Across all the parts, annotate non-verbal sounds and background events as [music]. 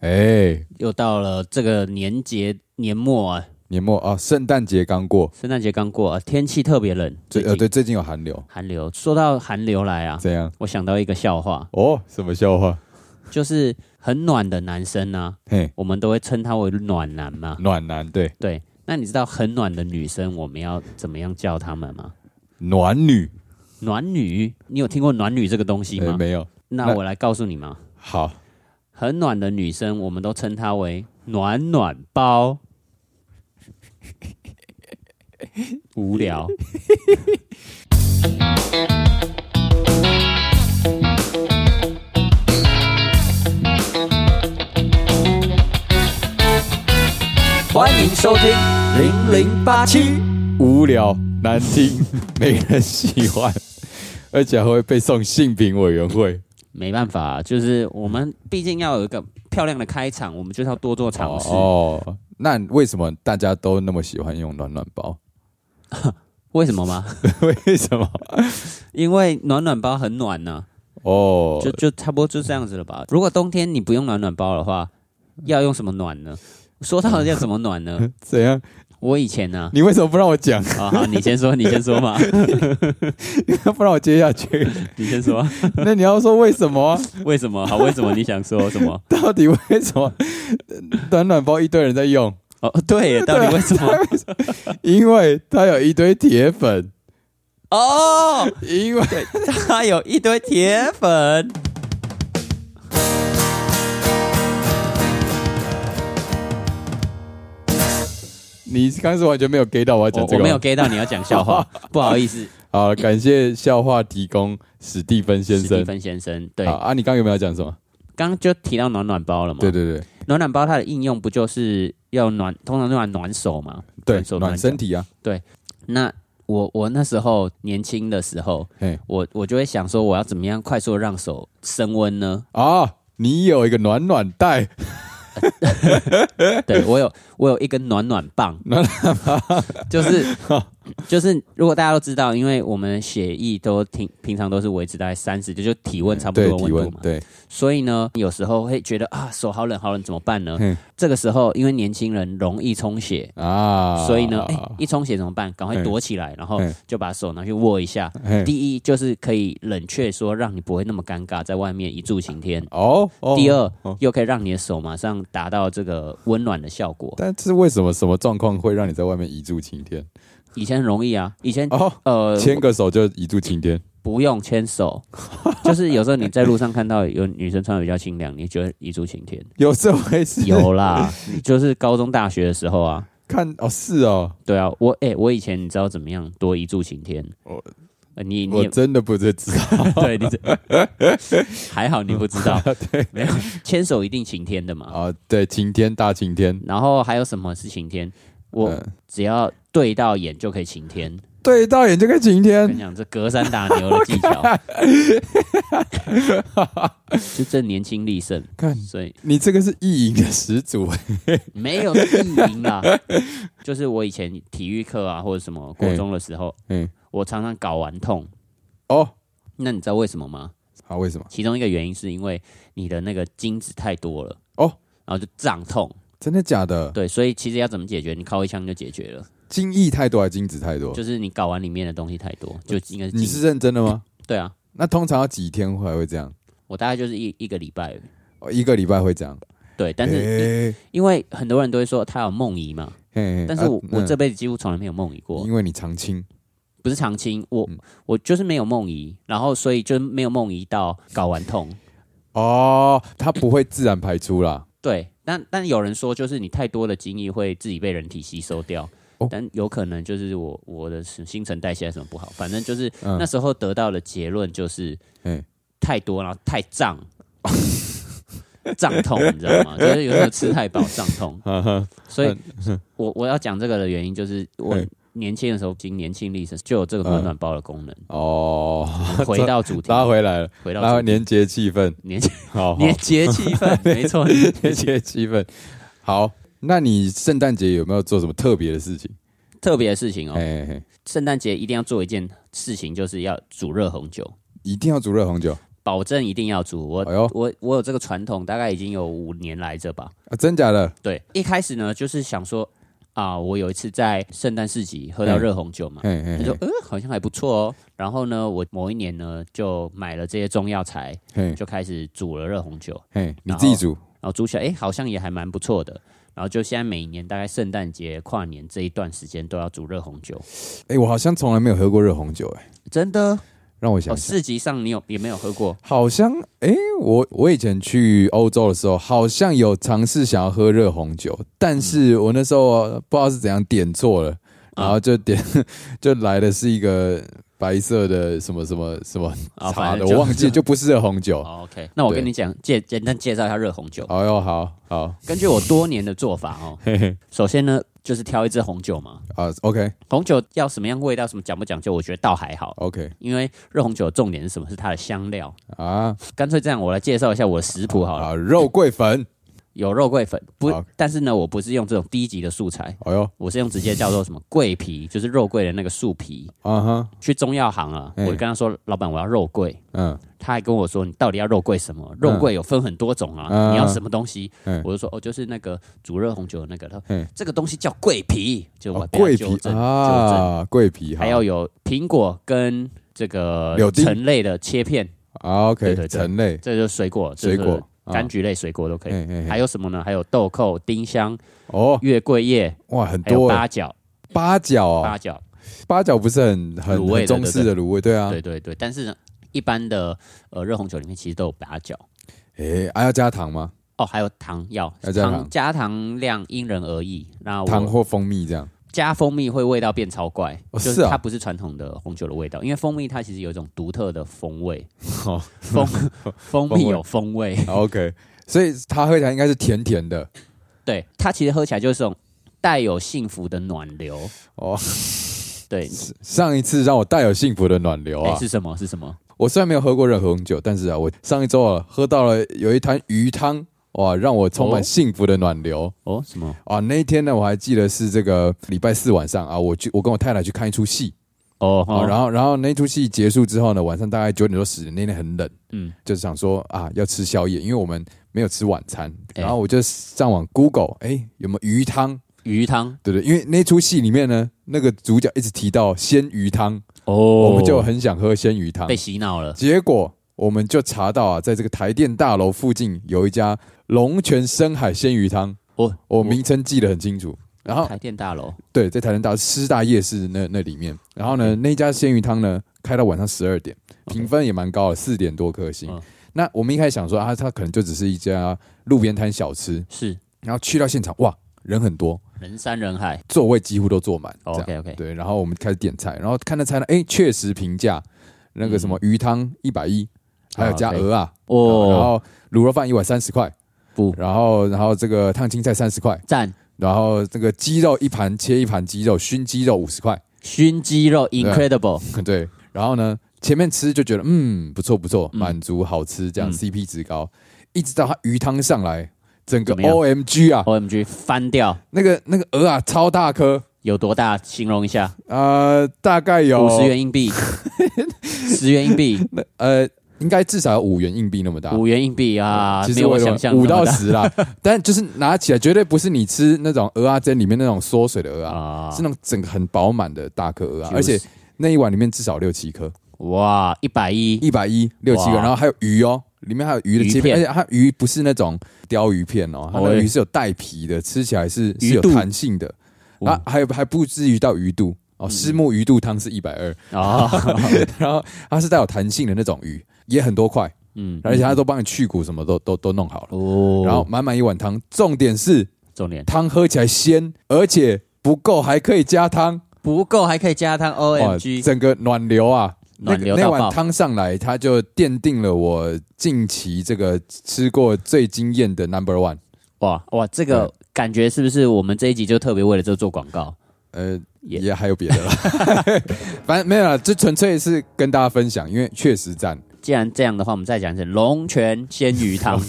哎、又到了这个年节年末啊，年末啊，圣诞节刚过，圣诞节刚过、啊，天气特别冷，最呃最近对，最近有寒流，寒流。说到寒流来啊，怎样？我想到一个笑话，哦，什么笑话？就是很暖的男生呢、嘿，我们都会称他为暖男嘛。暖男对，对，那你知道很暖的女生我们要怎么样叫他们吗？暖女，暖女，你有听过暖女这个东西哎吗？没有，那那我来告诉你嘛，好，很暖的女生我们都称她为暖暖包。 [laughs] 无聊，欢迎收听零零八七，无聊难听，没人喜欢， [laughs] 而且还会被送性评委员会。没办法、就是我们毕竟要有一个漂亮的开场，我们就是要多做尝试。哦，哦那为什么大家都那么喜欢用暖暖包？ [laughs] 为什么吗？ [laughs] 为什么？因为暖暖包很暖呢、哦，就就差不多就这样子了吧。如果冬天你不用暖暖包的话，要用什么暖呢？说到底要怎么 [laughs] 暖呢？怎样？我以前呢、你为什么不让我讲？ [laughs] 啊，好，你先说，你先说嘛，不让我接下去？ [laughs] 你先说，那你要说为什么啊、为什么？好，为什么你想说什么？ [laughs] 到底为什么 [laughs] 暖暖包一堆人在 [laughs] 用？哦，对耶，到底为什么？啊因为它有一堆铁粉，哦，因为他有一堆铁粉。 [laughs] 你刚是完全没有 get 到我要 [laughs] 我讲这我个。没有。get 到你要讲笑 [laughs] 话，不好意思，好，感谢笑话提供史蒂芬先史蒂生。芬先生。对，好刚啊，你刚刚有没有讲什么？刚就提到暖暖包了嘛。对对对暖暖包它的应用不就是要暖，通常用来暖手嘛？暖手对，暖身体啊。那我我那时候年轻的时候嘿，我我就会想说，我要怎么样快速地让手升 [laughs] 温呢？啊，你有一个暖暖袋，对我有我有一根暖暖棒，暖暖棒 [laughs] 就是就是，如果大家都知道，因为我们血液都平平常都是维持在三十，就就体温差不多对的温体度温嘛，对，所以呢，有时候会觉得啊手好冷好冷，怎么办呢嗯？这个时候因为年轻人容易充血。啊，所以呢，哎、一充血怎么办？赶快嗯躲起来，然后嗯就把手拿去握一下，嘿第一就是可以冷却，说让你不会那么尴尬，在外面一柱擎天。哦，哦第，二哦，又可以让你的手马上达到这个温暖的效果。但是为什么什么状况会让你在外面一柱擎天？以前很容易啊，以前哦，呃牵个手就一柱擎天，不用 [laughs] 牵手，就是有时候你在路上看到有女生穿的比较清凉，你觉得一柱 [laughs] 擎天。有这回事？有啦，就是高中大学的时候啊，看哦，是哦，对啊，我哎、我以前你知道怎么样多一柱擎天？我呃你你我也真的不知道。 [laughs] 对你这 [laughs] 还好你不知道，对没有牵手一定晴天的嘛。啊，对，晴天大晴天，然后还有什么是晴天？我嗯只要对到眼就可以晴天。对到眼就跟晴跟天你，讲，这隔山打牛的技巧， [laughs] 就这年轻力盛，看所以你这个是意淫的始祖，欸 [laughs] 没有意 [laughs] 淫啦。就是我以前体育课啊，或者什么国中的时候，嗯我常常睾丸痛。哦，那你知道为什么吗？啊，为什么？其中一个原因是因为你的那个精子太多了哦，然后就胀痛。真的假的？对，所以其实要怎么解决？你靠一枪就解决了，精液太多还是精子太多？就是你睾丸里面的东西太多，就应该是你精是认真的吗？对啊。那通常要几天才会这样？我大概就是一一个礼拜而已，哦一个礼拜会这样？对，但是是，因为很多人都会说他有梦遗嘛，嘿嘿但是我啊我嗯这辈子几乎从来没有梦遗过，因为你常青，不是长青，我嗯我就是没有梦遗，然后所以就没有梦遗到睾丸痛，哦，它不会自然排出啦。对，但但有人说就是你太多的精液会自己被人体吸收掉哦。但有可能就是我我的新陈代谢还是什么不好，反正就是嗯那时候得到的结论就是嗯，太多，然后太胀，胀痛，你知道吗？就是有时候吃太饱胀痛， [laughs] 哈哈，所以我我要讲这个的原因就是我嗯年轻的时候经年轻力盛，就有这个暖暖包 [laughs] 的功能。哦，回到主题，拉回来了，回拉到回主题年节气氛，年节好，好年节气氛， [laughs] 没错。哦年节气氛，好。那你圣诞节有没有做什么特别的事情？特别的事情哦，哎，嘿嘿圣诞节一定要做一件事情，就是要煮热红酒。一定要煮热红酒保证一定要租。我、哎呦我我有这个传统，大概已经有五年来着吧。啊，真假的？对，一开始呢就是想说啊，我有一次在圣诞市集喝到嗯热红酒嘛，嘿他嘿说呃好像还不错哦。然后呢，我某一年呢就买了这些中药材，嘿就开始煮了热红酒，嘿，你自己煮，然后煮起来哎、好像也还蛮不错的。然后就现在每年大概圣诞节、跨年这一段时间都要煮热红酒，哎、我好像从来没有喝过热红酒、哎，真的让我想哦。想，市集上你有也没有喝过？好像，哎、我我以前去欧洲的时候，好像有尝试想要喝热红酒，但是我那时候不知道是怎样点错了，然后就点、就来的是一个白色的什么什么什么茶啊反的，正就我忘记了，就不是热红酒。 [laughs] 哦 OK，那我跟对你讲，介简单介绍一下热红酒。哎呦，好好，根据我多年的做法哦，嘿嘿，首先呢就是挑一支红酒嘛，啊，OK 红酒要什么样味道，什么讲不讲究，我觉得倒还好。 OK 因为热红酒的重点是什么？是它的香料。啊，干脆这样，我来介绍一下我的食谱好了。啊，肉桂粉，有肉桂粉，不好，但是呢，我不是用这种低级的素材，哎呦，我是用直接叫做什么桂皮，就是肉桂的那个树皮。啊哈，去中药行啊，嗯我就跟他说，老板我要肉桂，嗯，他还跟我说，你到底要肉桂什么？肉桂有分很多种啊，嗯你要什么东西？嗯我就说哦，就是那个煮热红酒的那个，他嗯说这个东西叫桂皮，就我哦被他桂纠皮正纠正。啊，桂皮，好还要有苹果跟这个柳丁橙类的切片，啊，OK，对对对橙类，这就是水果，这水果就是啊柑橘类水果都可以。嘿嘿嘿还有什么呢？还有豆蔻、丁香、哦，月桂叶，哇，很还有多哎八角，八角哦八，角，八角不是很很卤味很的中式的卤味，对啊对，对对。但是呢，一般的呃热红酒里面其实都有八角诶，啊要加糖吗？哦，还有糖要要加糖加糖量因人而异。那糖啊我或蜂蜜这样加蜂蜜会味道变超怪，哦就是是啊它不是传统的红酒的味道，因为蜂蜜它其实有一种独特的风味，哦 [laughs] 蜂蜂风味蜜有风味。啊，OK，所以它喝起来应该是甜甜的对，它其实喝起来就是这种带有幸福的暖流。哦。对，上一次让我 [laughs] 带有幸福的暖流哎、啊，是什么？是什么？我虽然没有喝过热红酒，但是啊，我上一周啊喝到了有一坛鱼汤，哇，让我充满哦幸福的暖流。哦，什么？啊，那一天呢，我还记得是这个礼拜四晚上啊，我去我跟我太太去看一出戏、哦，啊，然后后然后那出戏结束之后呢，晚上大概九点多十点，那天很冷，嗯，就是想说啊要吃宵夜，因为我们没有吃晚餐，哎然后我就上网 Google，哎、有没有鱼汤？鱼汤对不对？因为那出戏里面呢，那个主角一直提到鲜鱼汤，哦，我们就很想喝鲜鱼汤被，洗脑了。结果我们就查到啊，在这个台电大楼附近有一家龙泉深海鲜鱼汤，哦，我名称记得很清楚，然后台电大楼对，在台南大师大夜市那那里面，然后嗯呢，那家鲜鱼汤呢开到晚上十二点，评分也蛮高的，四点多颗星嗯。那我们一开始想说啊，它可能就只是一家路边摊小吃，是然后去到现场哇，人很多，人山人海。座位几乎都坐满。这样哦 OK OK，对，然后我们开始点菜，然后看那菜呢，哎，确实评价那个什么鱼汤一百一，还有加嗯啊，OK 鹅啊，然哦，后卤肉饭一碗三十块，不然后然后这个烫青菜三十块，赞然后这个鸡肉一盘切一盘鸡肉，熏鸡肉五十块。 [laughs] 熏鸡肉 incredible，对，然后呢，前面吃就觉得嗯不错不错，嗯满足好吃，这样、嗯 CP 值高，一直到它鱼汤上来，整个怎么样哦 OMG 啊， OMG 翻掉那个那个鹅啊超大颗，有多大？形容一下，呃，大概有五十元硬币，十元硬币，呃，应该至少有五元硬币那么大。五元硬币啊，其没实有我有想象五那到么大十啦， [laughs] 但就是拿起来绝对不是你吃那种鹅啊煎里面那种缩水的鹅啊，啊是那种整个很饱满的大颗鹅啊，就是而且那一碗里面至少六七颗。哇，一百一，一百一六七个，哇然后还有鱼哦，里面还有鱼的切片，而鱼片且它鱼不是那种鲷鱼片哦，它那哦个欸鱼是有带皮的，吃起来是是鱼有肚弹性的，啊，还有还不至于到鱼肚哦，嗯虱目鱼肚汤是一百 [laughs] 二， [laughs] 啊，然后它是带有弹性的那种鱼，也很多块，嗯，而且它都帮你去骨，什么都都都弄好了，哦，然后满满一碗汤，重点是重点汤喝起来鲜，而且不够还可以加汤，不够还可以加汤哇， ，OMG，整个暖流啊！那暖个流那到碗爆汤上来，它就奠定了我近期这个吃过最惊艳的 number one。哇哇，这个感觉是不是我们这一集就特别为了这做广告？呃，也也还有别的啦， [laughs] 反正没有啦，这纯粹是跟大家分享，因为确实赞。既然这样的话，我们再讲一次龙泉鲜鱼汤，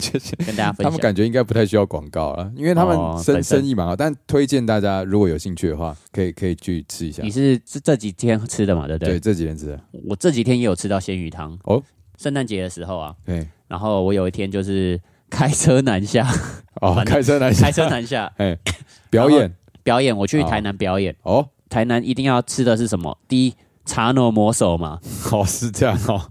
跟大家分他享。们感觉应该不太需要广告了，因为他们哦生本身生意蛮好。但推荐大家，如果有兴趣的话，可以可以去吃一下你。是这这几天吃的嘛？对不对？对，这几天吃的我这几天也有吃到鲜鱼汤哦。圣诞节的时候啊，对，然后我有一天就是开车南下，哦，反正开车来，开车，南下哎， [laughs] 表演表演，我去好台南表演，哦，台南一定要吃的是什么？第一，茶诺魔手嘛， [laughs] 哦，是这样哦，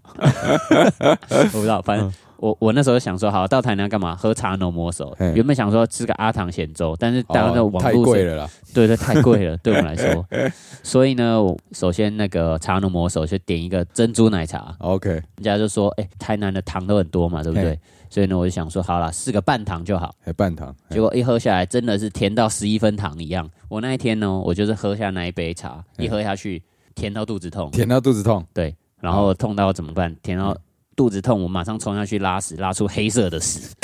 我不知道，反嗯正我我那时候想说，好到台南干嘛？喝茶浓魔手嘿。原本想说吃个阿唐咸粥，但是当那哦网太络贵是，了啦，对 [laughs] 对，太贵了，对我们来说。所以呢，我首先那个茶浓魔手就点一个珍珠奶茶， OK，人家就说，哎、台南的糖都很多嘛，对不对嘿？所以呢，我就想说，好啦，四个半糖就好。还半糖，结果一喝下来，真的是甜到十一分糖一样。我那一天呢，我就是喝下那一杯茶，嘿一喝下去，甜到肚子痛。甜到肚子痛，对，然后痛到怎么办？甜到肚子痛，我马上冲下去拉屎，拉出黑色的屎。 [laughs]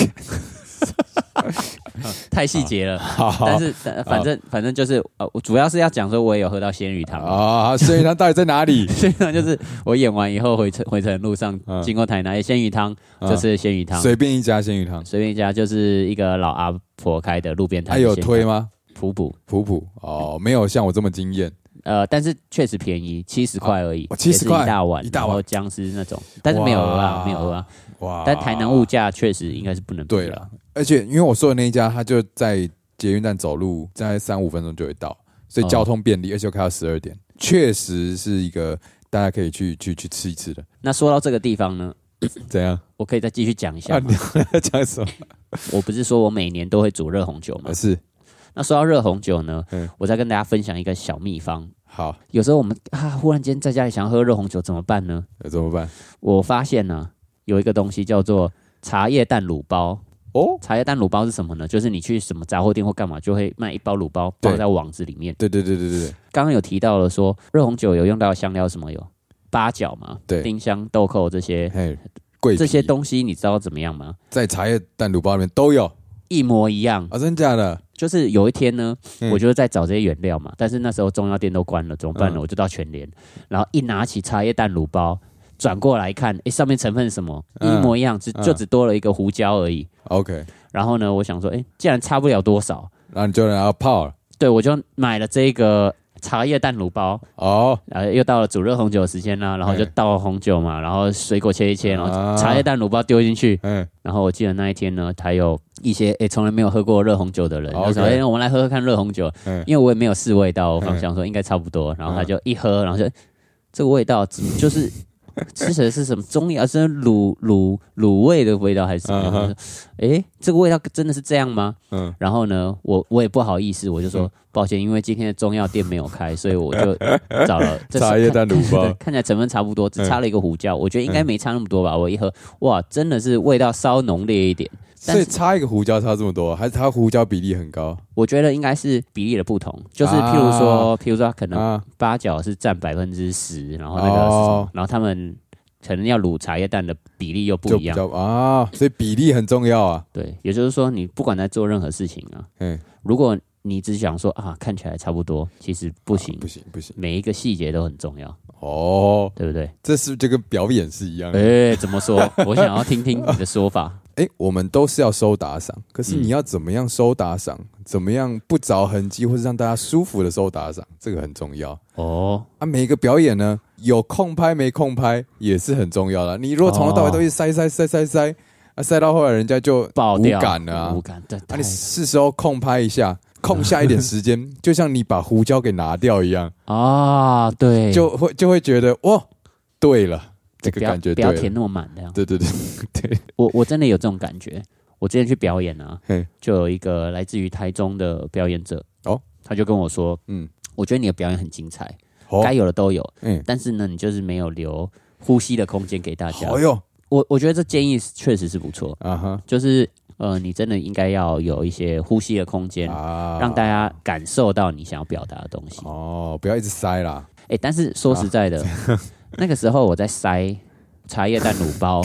太细节了，好好但是呃反正反正就是呃，我主要是要讲说，我也有喝到鲜鱼汤。 [laughs] 啊，所以它到底在哪里？鲜鱼汤就是我演完以后回程回程路上嗯经过台南，哎鲜鱼汤嗯就是鲜鱼汤，随便一家鲜鱼汤，随便一家就是一个老阿婆开的路边它摊的啊鲜鱼有汤。推吗？普普，普普哦，没有像我这么惊艳，呃，但是确实便宜，七十块而已，哦70也是块一大碗，一大碗然后姜丝那种，但是没有鹅啊，哇没有鹅啊。哇！但台南物价确实应该是不能比对了，而且因为我说的那一家，它就在捷运站走路，在三五分钟就会到，所以哦交通便利，而且又开到十二点，确实是一个大家可以去去去吃一吃的。那说到这个地方呢，怎样？我可以再继续讲一下啊，吗。你要讲什 [laughs] 么？我不是说我每年都会煮热红酒吗呃？是那说到热红酒呢嗯，我再跟大家分享一个小秘方。好，有时候我们啊，忽然间在家里想要喝热红酒怎么办呢？那怎么办？我发现呢、有一个东西叫做茶叶蛋卤包。哦，茶叶蛋卤包是什么呢？就是你去什么杂货店或干嘛，就会卖一包卤包对包在网子里面。对对对对对对，刚刚有提到了说，热红酒有用到的香料什么有八角嘛，对丁香、豆蔻这些嘿，桂皮这些东西，你知道怎么样吗？在茶叶蛋卤包里面都有一模一样，啊，真假的？就是有一天呢，嗯我就是在找这些原料嘛，但是那时候中药店都关了，怎么办呢？嗯我就到全联，然后一拿起茶叶蛋卤包，转过来看，诶，上面成分是什么一嗯模一样，只嗯就只多了一个胡椒而已。 OK，然后呢，我想说，诶，既然差不了多少，然后你就然后泡了对我就买了这个茶叶蛋卤包，哦，然呃后又到了煮热红酒的时间啦，然后就嗯倒红酒嘛，然后水果切一切，然啊后茶叶蛋卤包丢进去，嗯，然后我记得那一天呢，还有一些诶从来没有喝过热红酒的人，哦 OK 他说：“诶，我们来喝喝看热红酒。嗯因为我也没有试味道，我嗯想说应该差不多。然后他就一喝，然后就这个味道怎 [laughs] 么就是吃起来是什么中药，是卤卤卤味的味道还是什么？嗯哼我就说诶，这个味道真的是这样吗？嗯然后呢，我我也不好意思，我就说、嗯抱歉，因为今天的中药店没有开，所以我就找 [laughs] 了这是茶叶蛋卤对包， [laughs] 嗯看起来成分差不多，只差了一个胡椒，我觉得应该没差那么多吧。我一喝，哇，真的是味道稍浓烈一点，但所以是差一个胡椒差这么多，还是它胡椒比例很高我觉得应该是比例的不同，就是啊譬如说，譬如说可能啊？八角是占百分之十，然后那个是什么哦然后他们可能要卤茶叶蛋的比例又就不一比样，较啊，所以比例很重要啊。对，也就是说，你不管在做任何事情啊，嗯，如果你只想说啊看起来差不多，其实不行，啊不行不行每一个细节都很重要，哦，对不对？这是就跟表演是一样的。哎、哎、怎 [laughs] 么说？我想要听听你的说法。我们都是要收打赏，可是嗯你要怎么样收打赏？怎么样不着痕迹，或是让大家舒服的收打赏，这个很重要哦，啊。每一个表演呢，有空拍没空拍也是很重要的。你如果从头到哦尾都一直塞塞塞塞塞，啊，塞到后来人家就爆无掉，感了、啊无。感，对，啊，太你是时候空拍一下，空下一点时 [laughs] 间，就像你把胡椒给拿掉一样，啊，对，就会就会觉得哇，对了，这个不要感觉不对要了填。那么满这样。对对对 [laughs] 对，我我真的有这种感觉。我之前去表演啊嘿，就有一个来自于台中的表演者，哦，他就跟我说，嗯嗯，我觉得你的表演很精彩，好该，有的都有，嗯，但是呢，你就是没有留呼吸的空间给大家好。哦哟，我我觉得这建议确实是不错，啊哈，就是呃，你真的应该要有一些呼吸的空间，啊让大家感受到你想要表达的东西。哦，不要一直塞啦，哎、但是说实在的，那个时候我在塞茶叶蛋卤 [laughs] 包，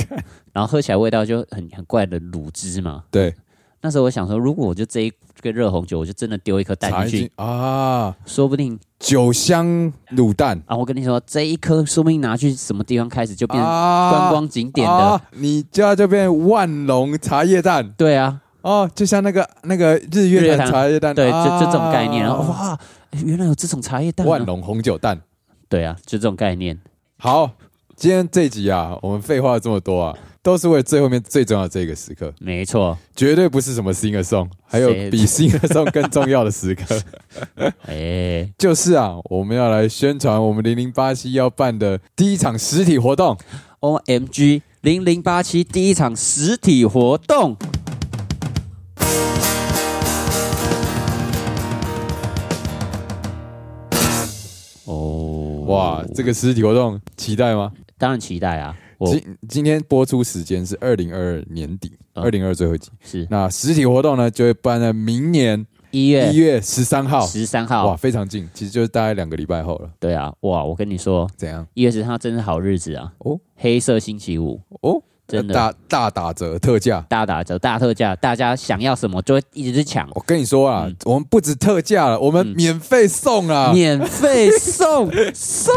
然后喝起来味道就很很怪的卤汁嘛。对，那时候我想说，如果我就这一这个热红酒，我就真的丢一颗茶蛋进已去，经啊，说不定酒香卤蛋啊，我跟你说，这一颗说不定拿去什么地方开始就变观啊，光景点的。啊，你家就变万隆茶叶蛋对啊，哦，就像那个那个日日月月潭潭茶叶蛋，对，就啊就这种概念。然后哇，哎原来有这种茶叶蛋、万啊。隆红酒蛋，对啊，就这种概念。好，今天这一集啊，我们废话了这么多啊，都是为了最后面最重要的这个时刻，没错，绝对不是什么 singer song，还有谁比 singer song 更重要的时刻，哎、 [laughs] 就是啊，我们要来宣传我们零零八七要办的第一场实体活动。 O M G 零零八七第一场实体活动，哦，哇，这个实体活动期待吗？当然期待啊！我今今天播出时间是二零二二年底，嗯二零二最后一集。是那实体活动呢，就会办在明年一月一月十三号。十三哇，号，非常近，其实就是大概两个礼拜后了。对啊，哇，我跟你说，怎样？一月十三号真是好日子啊！哦哦，黑色星期五哦，真的大大打折特价。大打折、大特价，大家想要什么就会一直去抢，我跟你说啊，嗯我们不止特价了，我们嗯免费送啊！免费 [laughs] 送送。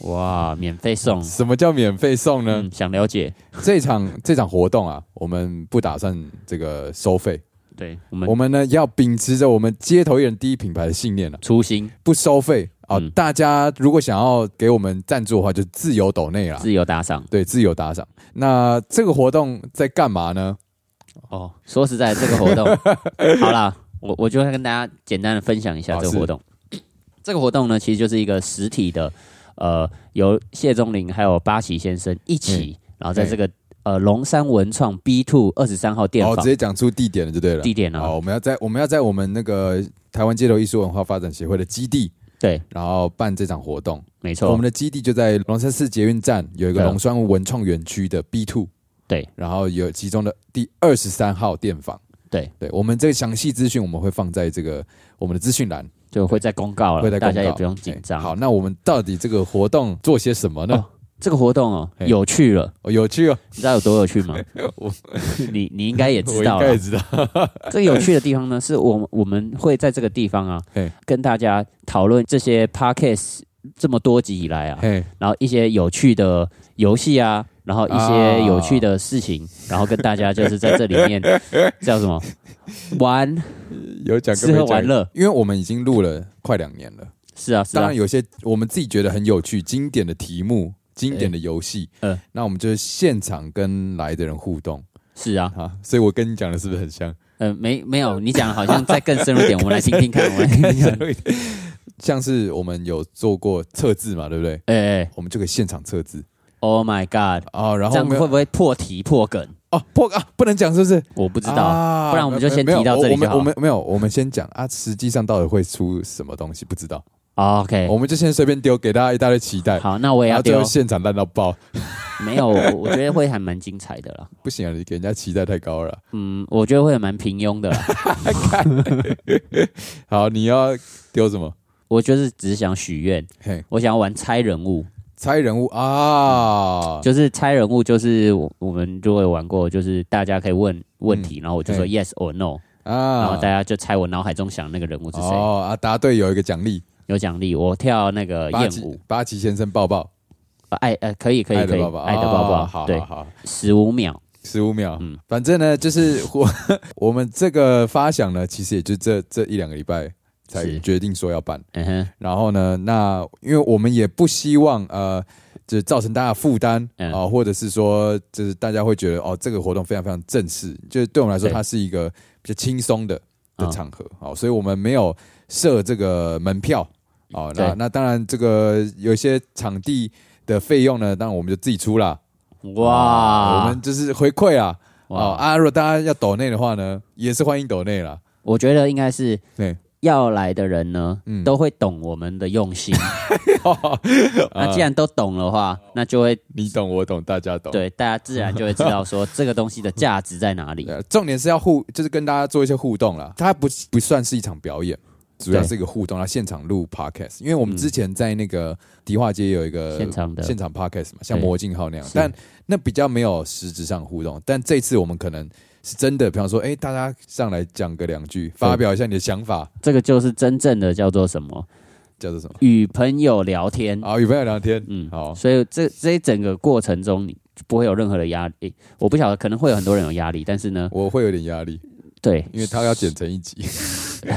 哇，免费送，什么叫免费送呢？嗯，想了解？这场这场活动啊，我们不打算这个收费，对我们我们呢要秉持着我们街头艺人第一品牌的信念啊，初心不收费啊、嗯大家如果想要给我们赞助的话，就自由抖内啦，自由打赏对，自由打赏。那这个活动在干嘛呢？哦。说实在，这个活 [laughs] 动好啦，我我就会跟大家简单的分享一下好这个活动。这个活动呢，其实就是一个实体的，呃，由谢宗林还有八旗先生一起，然后在这个呃龙山文创 B Two 二十三号店哦，房直接讲出地点了就对了。哦地点哦啊呢、好，我们要在我们要在我们那个台湾街头艺术文化发展协会的基地，对，然后办这场活动。没我错们，的基地就在龙山寺捷运站有一个对龙山文创园区的 B Two，对，然后有其中的第二十三号店房。对，对我们这个详细资讯我们会放在这个我们的资讯栏，就会在公告会在公了，大告家也不用紧哎张。好，，那我们到底这个活动做些什么呢哦？这个活动哦嘿，有趣了，哦，有趣哦，？你知道有多有趣吗 [laughs] 我 [laughs] 你你应该也我知应道该了也。知 [laughs] 道。这个有趣的地方呢，是我们我们会在这个地方啊嘿，跟大家讨论这些 podcast 这么多集以来啊，嘿，然后一些有趣的游戏啊，然后一啊些有趣的事情，然后跟大家就是在这里 [laughs] 面叫什么玩有讲跟吃没喝讲玩，乐，因为我们已经录了快两年了。是啊是当啊然，有些我们自己觉得很有趣、经典的题目、经典的游戏，哎嗯嗯，那我们就是现场跟来的人互 [laughs] 动是啊，啊。所以我跟你讲的是不是很 [laughs] 像？呃，没没有，你讲的好像再更深入一点，我们来听听看，我们来听听看。 [laughs] 像是我们有做过测字嘛，对不对？哎、哎我们就可以现场测字 o h my God，啊。然后这我样们会不会破题破梗？哦破啊不能讲是不是？我不不知道，不然我们就先提到这我里就们好我们没有，我们先讲啊，实际上到底会出什么东西不知道，哦 OK，我们就先随便丢给大家一大堆期待，好，那我也然要后最丢后。现场烂到爆，没有，我我觉得会还蛮精彩的啦。不行啊，你给人家期待太高了。嗯，我觉得会蛮平庸的啦。好，你要丢什么？我就是只是想许愿，嘿，我想要玩猜人物，猜人物啊，嗯就是猜人物，就是我我们就会玩过，就是大家可以问问题，然后我就说嘿 yes or no，然后啊大，家就猜我脑海中想那个人物是谁，哦啊，答对有一个奖励，有奖励。我跳那个八艳旗舞，八旗先生抱抱，呃爱呃可以可以爱可的以，抱抱，爱的抱啊好抱，对好，好，十五秒。十五秒，嗯反正呢，就是我 [laughs] 我们这个发想呢，其实也就这这一两个礼拜才是决定说要办，嗯哼，然后呢，那因为我们也不希望呃。就是造成大家负担啊，嗯或者是说，就是大家会觉得哦，这个活动非常非常正式，就是对我们来说，对它是一个比较轻松的的嗯场合，好、所以我们没有设这个门票，哦，那对那当然这个有一些场地的费用呢，当然我们就自己出啦，哇，我们就是回馈啊，哦啊哇，啊，如果大家要抖内的话呢，也是欢迎抖内啦，我觉得应该是对，要来的人呢嗯，都会懂我们的用心。嗯那既然都懂的哦话，那就会 [laughs] 你懂我懂，大家懂，对大家自然就会知 [laughs] 道说这个东西的价值在哪里对。啊，重点是要互，就是跟大家做一些互动啦。它不不算是一场表演，主要对是一个互动，然后现场录 podcast。因为我们嗯之前在那个迪化街有一个现场的现场 podcast 嘛，像对魔镜号那样，是但那比较没有实质上互动。但这次我们可能是真的，比方说，哎，大家上来讲个两句，发表一下你的想法，这个就是真正的叫做什么？叫做什么？与朋友聊天。啊，与朋友聊天，嗯，好所以这这一整个过程中，你不会有任何的压力。我不晓得，可能会有很多人有压力，但是呢，我会有点压力，对，因为他要剪成一集。那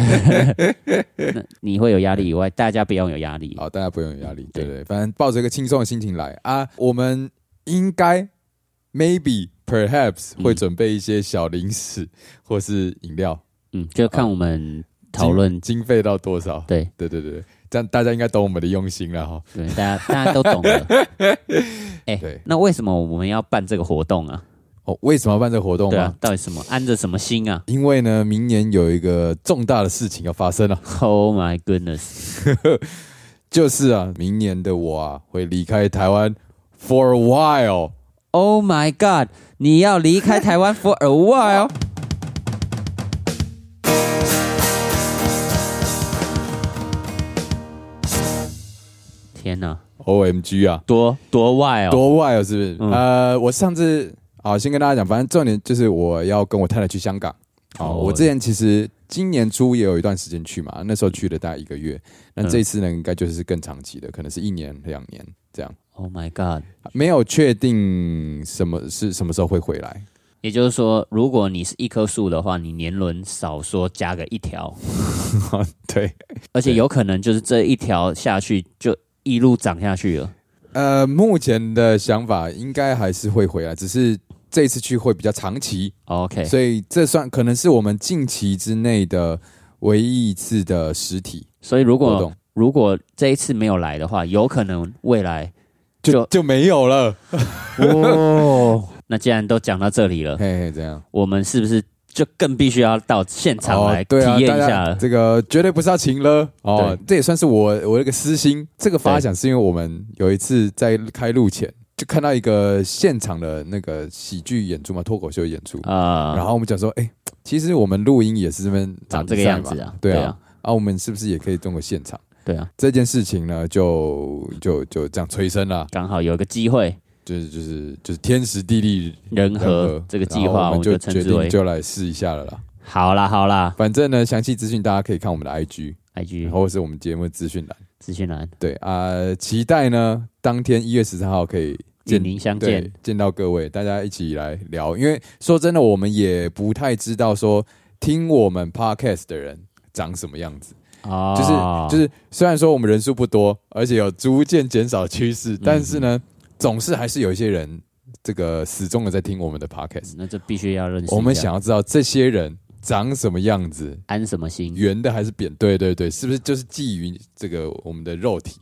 你会有压力以外，大家不要有压力。哦好，大家不用有压力，对对对，反正抱着一个轻松的心情来啊。我们应该 maybe perhaps 嗯会准备一些小零食 [laughs] 或是饮料，嗯，就看我们讨论。经费到多少。对对对对，这样大家应该懂我们的用心了哈。对，大家大家都懂 [laughs] 了。哎、对那为什么我们要办这个活动啊？哦，为什么要办这个活动对吗啊？，到底什么安着什么心啊因为呢，明年有一个重大的事情要发生了，啊？Oh my goodness！就是啊，明年的我啊会离开台湾 for a while。 Oh my God！你要离开台湾 for a while？天哪， O M G 啊，多多 while！多哦 while 是不是？嗯呃，我上次啊，先跟大家讲，反正重点就是我要跟我太太去香港。好，哦我之前其实今年初也有一段时间去嘛，那时候去了大概一个月。那嗯这次呢，应该就是更长期的，可能是一年、两年这样， Oh my God！没有确定什么是什么时候会回来。 [laughs] 也就是说，如果你是一棵树的话，你年轮少说加个一条，对，而且对有可能就是这一条下去就一路长下去了。呃，目前的想法应该还是会回来，只是这次去会比较长期， OK，所以这算可能是我们近期之内的唯一一次的实体所以如活果动，如果这一次没有来的话，有可能 [laughs] 未来就就没有了。哦， [laughs] 那既然都讲到这里了，嘿嘿，这样我们是不是就更必须要到现场来哦体对啊验一大下家了？这个绝对不是要请了哦，这也算是我我一个私心。这个发想是因为我们有一次在开录前就看到一个现场的那个喜剧演出嘛，脱口秀演出，啊、然后我们讲说，哎、其实我们录音也是这边长比这个赛样嘛子啊，对对啊啊，，啊，我们是不是也可以中个现场？对啊，这件事情呢，就就就这样催生了，刚好有一个机会，就是就是就是天时地利人人嗯和和这个计然后划，我我们们就就称决之定为就来试一下了啦。好啦好啦反正呢，详细资讯大家可以看我们的 IG，嗯，IG 或者是我们节目资讯栏。资讯栏对啊、期待呢，当天一月十三号可以与见您相对见。见到各位，大家一起来聊。因为说真的，我们也不太知道说听我们 podcast 的人长什么样子。哦就是就是，虽然说我们人数不多，而且有逐渐减少的趋嗯势，但是呢，总是还是有一些人这个始终的在听我们的 podcast。那这必须要认识一下。我们想要知道这些人长什么样子，安什么心？圆的还是扁？对对对，是不是就是基于这个我们的肉体？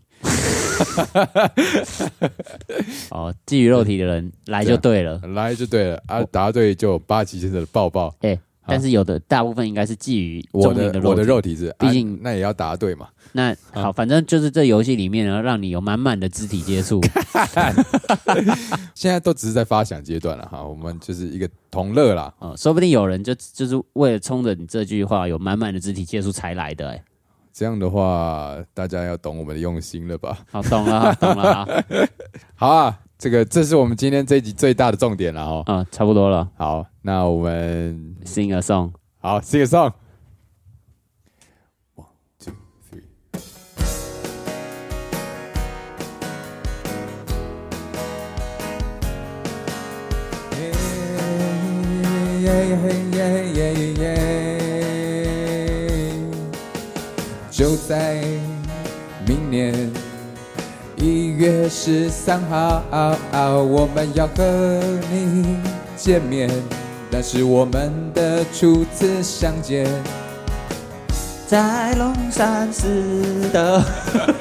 哦，基于肉体的人来啊就对了。来就对了啊，答对就有八旗先生的抱抱。哎、但是有的大部分应该是基于啊我中灵的肉我的体。肉体是，毕啊竟那也要答对嘛。那好，反正就是这游戏里面呢，让你有满满的肢体接触。现在都只是在发想阶段了哈，我们就是一个同乐啦。哦，说不定有人就就是为了冲着你这句话有满满的肢体接触才来的、哎，这样的话，大家要懂我们的用心了吧？好，懂了，好懂了，好，好啊，这个这是我们今天这一集最大的重点了哦。啊、差不多了好，那我们，sing a song。好，see Ờ, you soon。就在明年一月十三号，我们要和你见面，那是我们的初次相见。在龙山寺的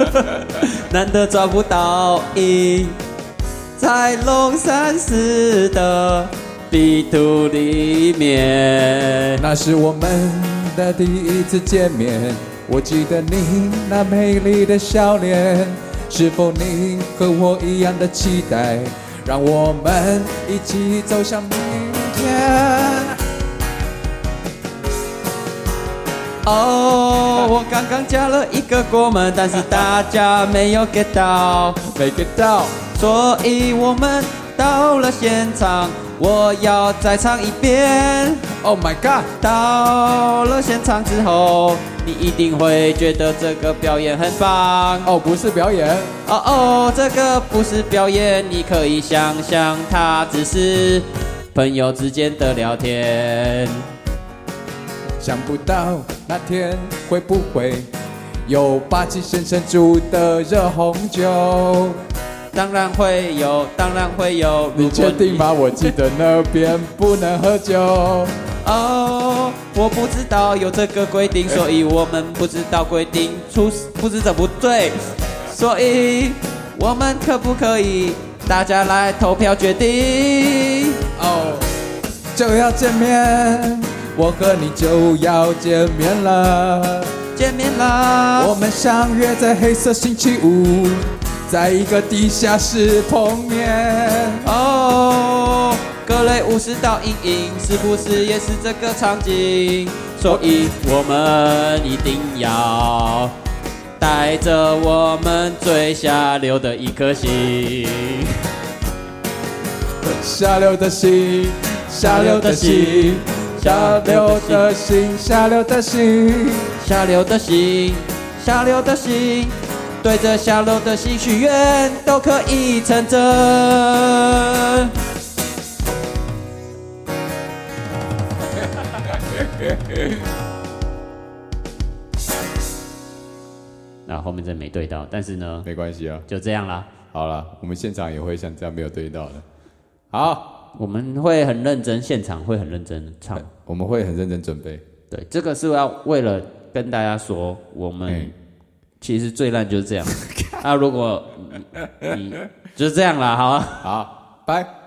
[laughs] 难得抓不到一，在龙山寺的地图里面。那是我们的第一次见面，我记得你那美丽的笑脸。是否你和我一样的期待？让我们一起走向明天。哦，我刚刚加了一个国门，但是大家没有 get 到。每个到，所以我们到了现场，我要再唱一遍。 Oh my God！到了现场之后，你一定会觉得这个表演很棒。哦，不是表演，哦哦，这个不是表演，你可以想象它只是朋友之间的聊天。想不到那天会不会有八七先生煮的热红酒？当然会有，当然会有。你确定吗？我记得那边不能喝酒。哦，我不知道有这个规定，所以我们不知道规定出不知怎不对，所以我们可不可以大家来投票决定？哦，就要见面，我和你就要见面了。见面啦！我们相约在黑色星期五，在一个地下室碰面。哦，格雷巫师到阴影是不是也是这个场景？所以我们一定要带着我们最下流的一颗心。下流的心，下流的心，下流的心，下流的心。下流的心，下流的心，对着下流的心许愿都可以成真。那、后面真没对到，但是呢，没关系啊，就这样啦。好了，我们现场也会像这样没有对到的。好，我们会很认真，现场会很认真地唱。我们会很认真准备。对，这个是要为了跟大家说，我们嗯其实最烂就是这样。那、如果你你就是这样啦，好啊。好，拜。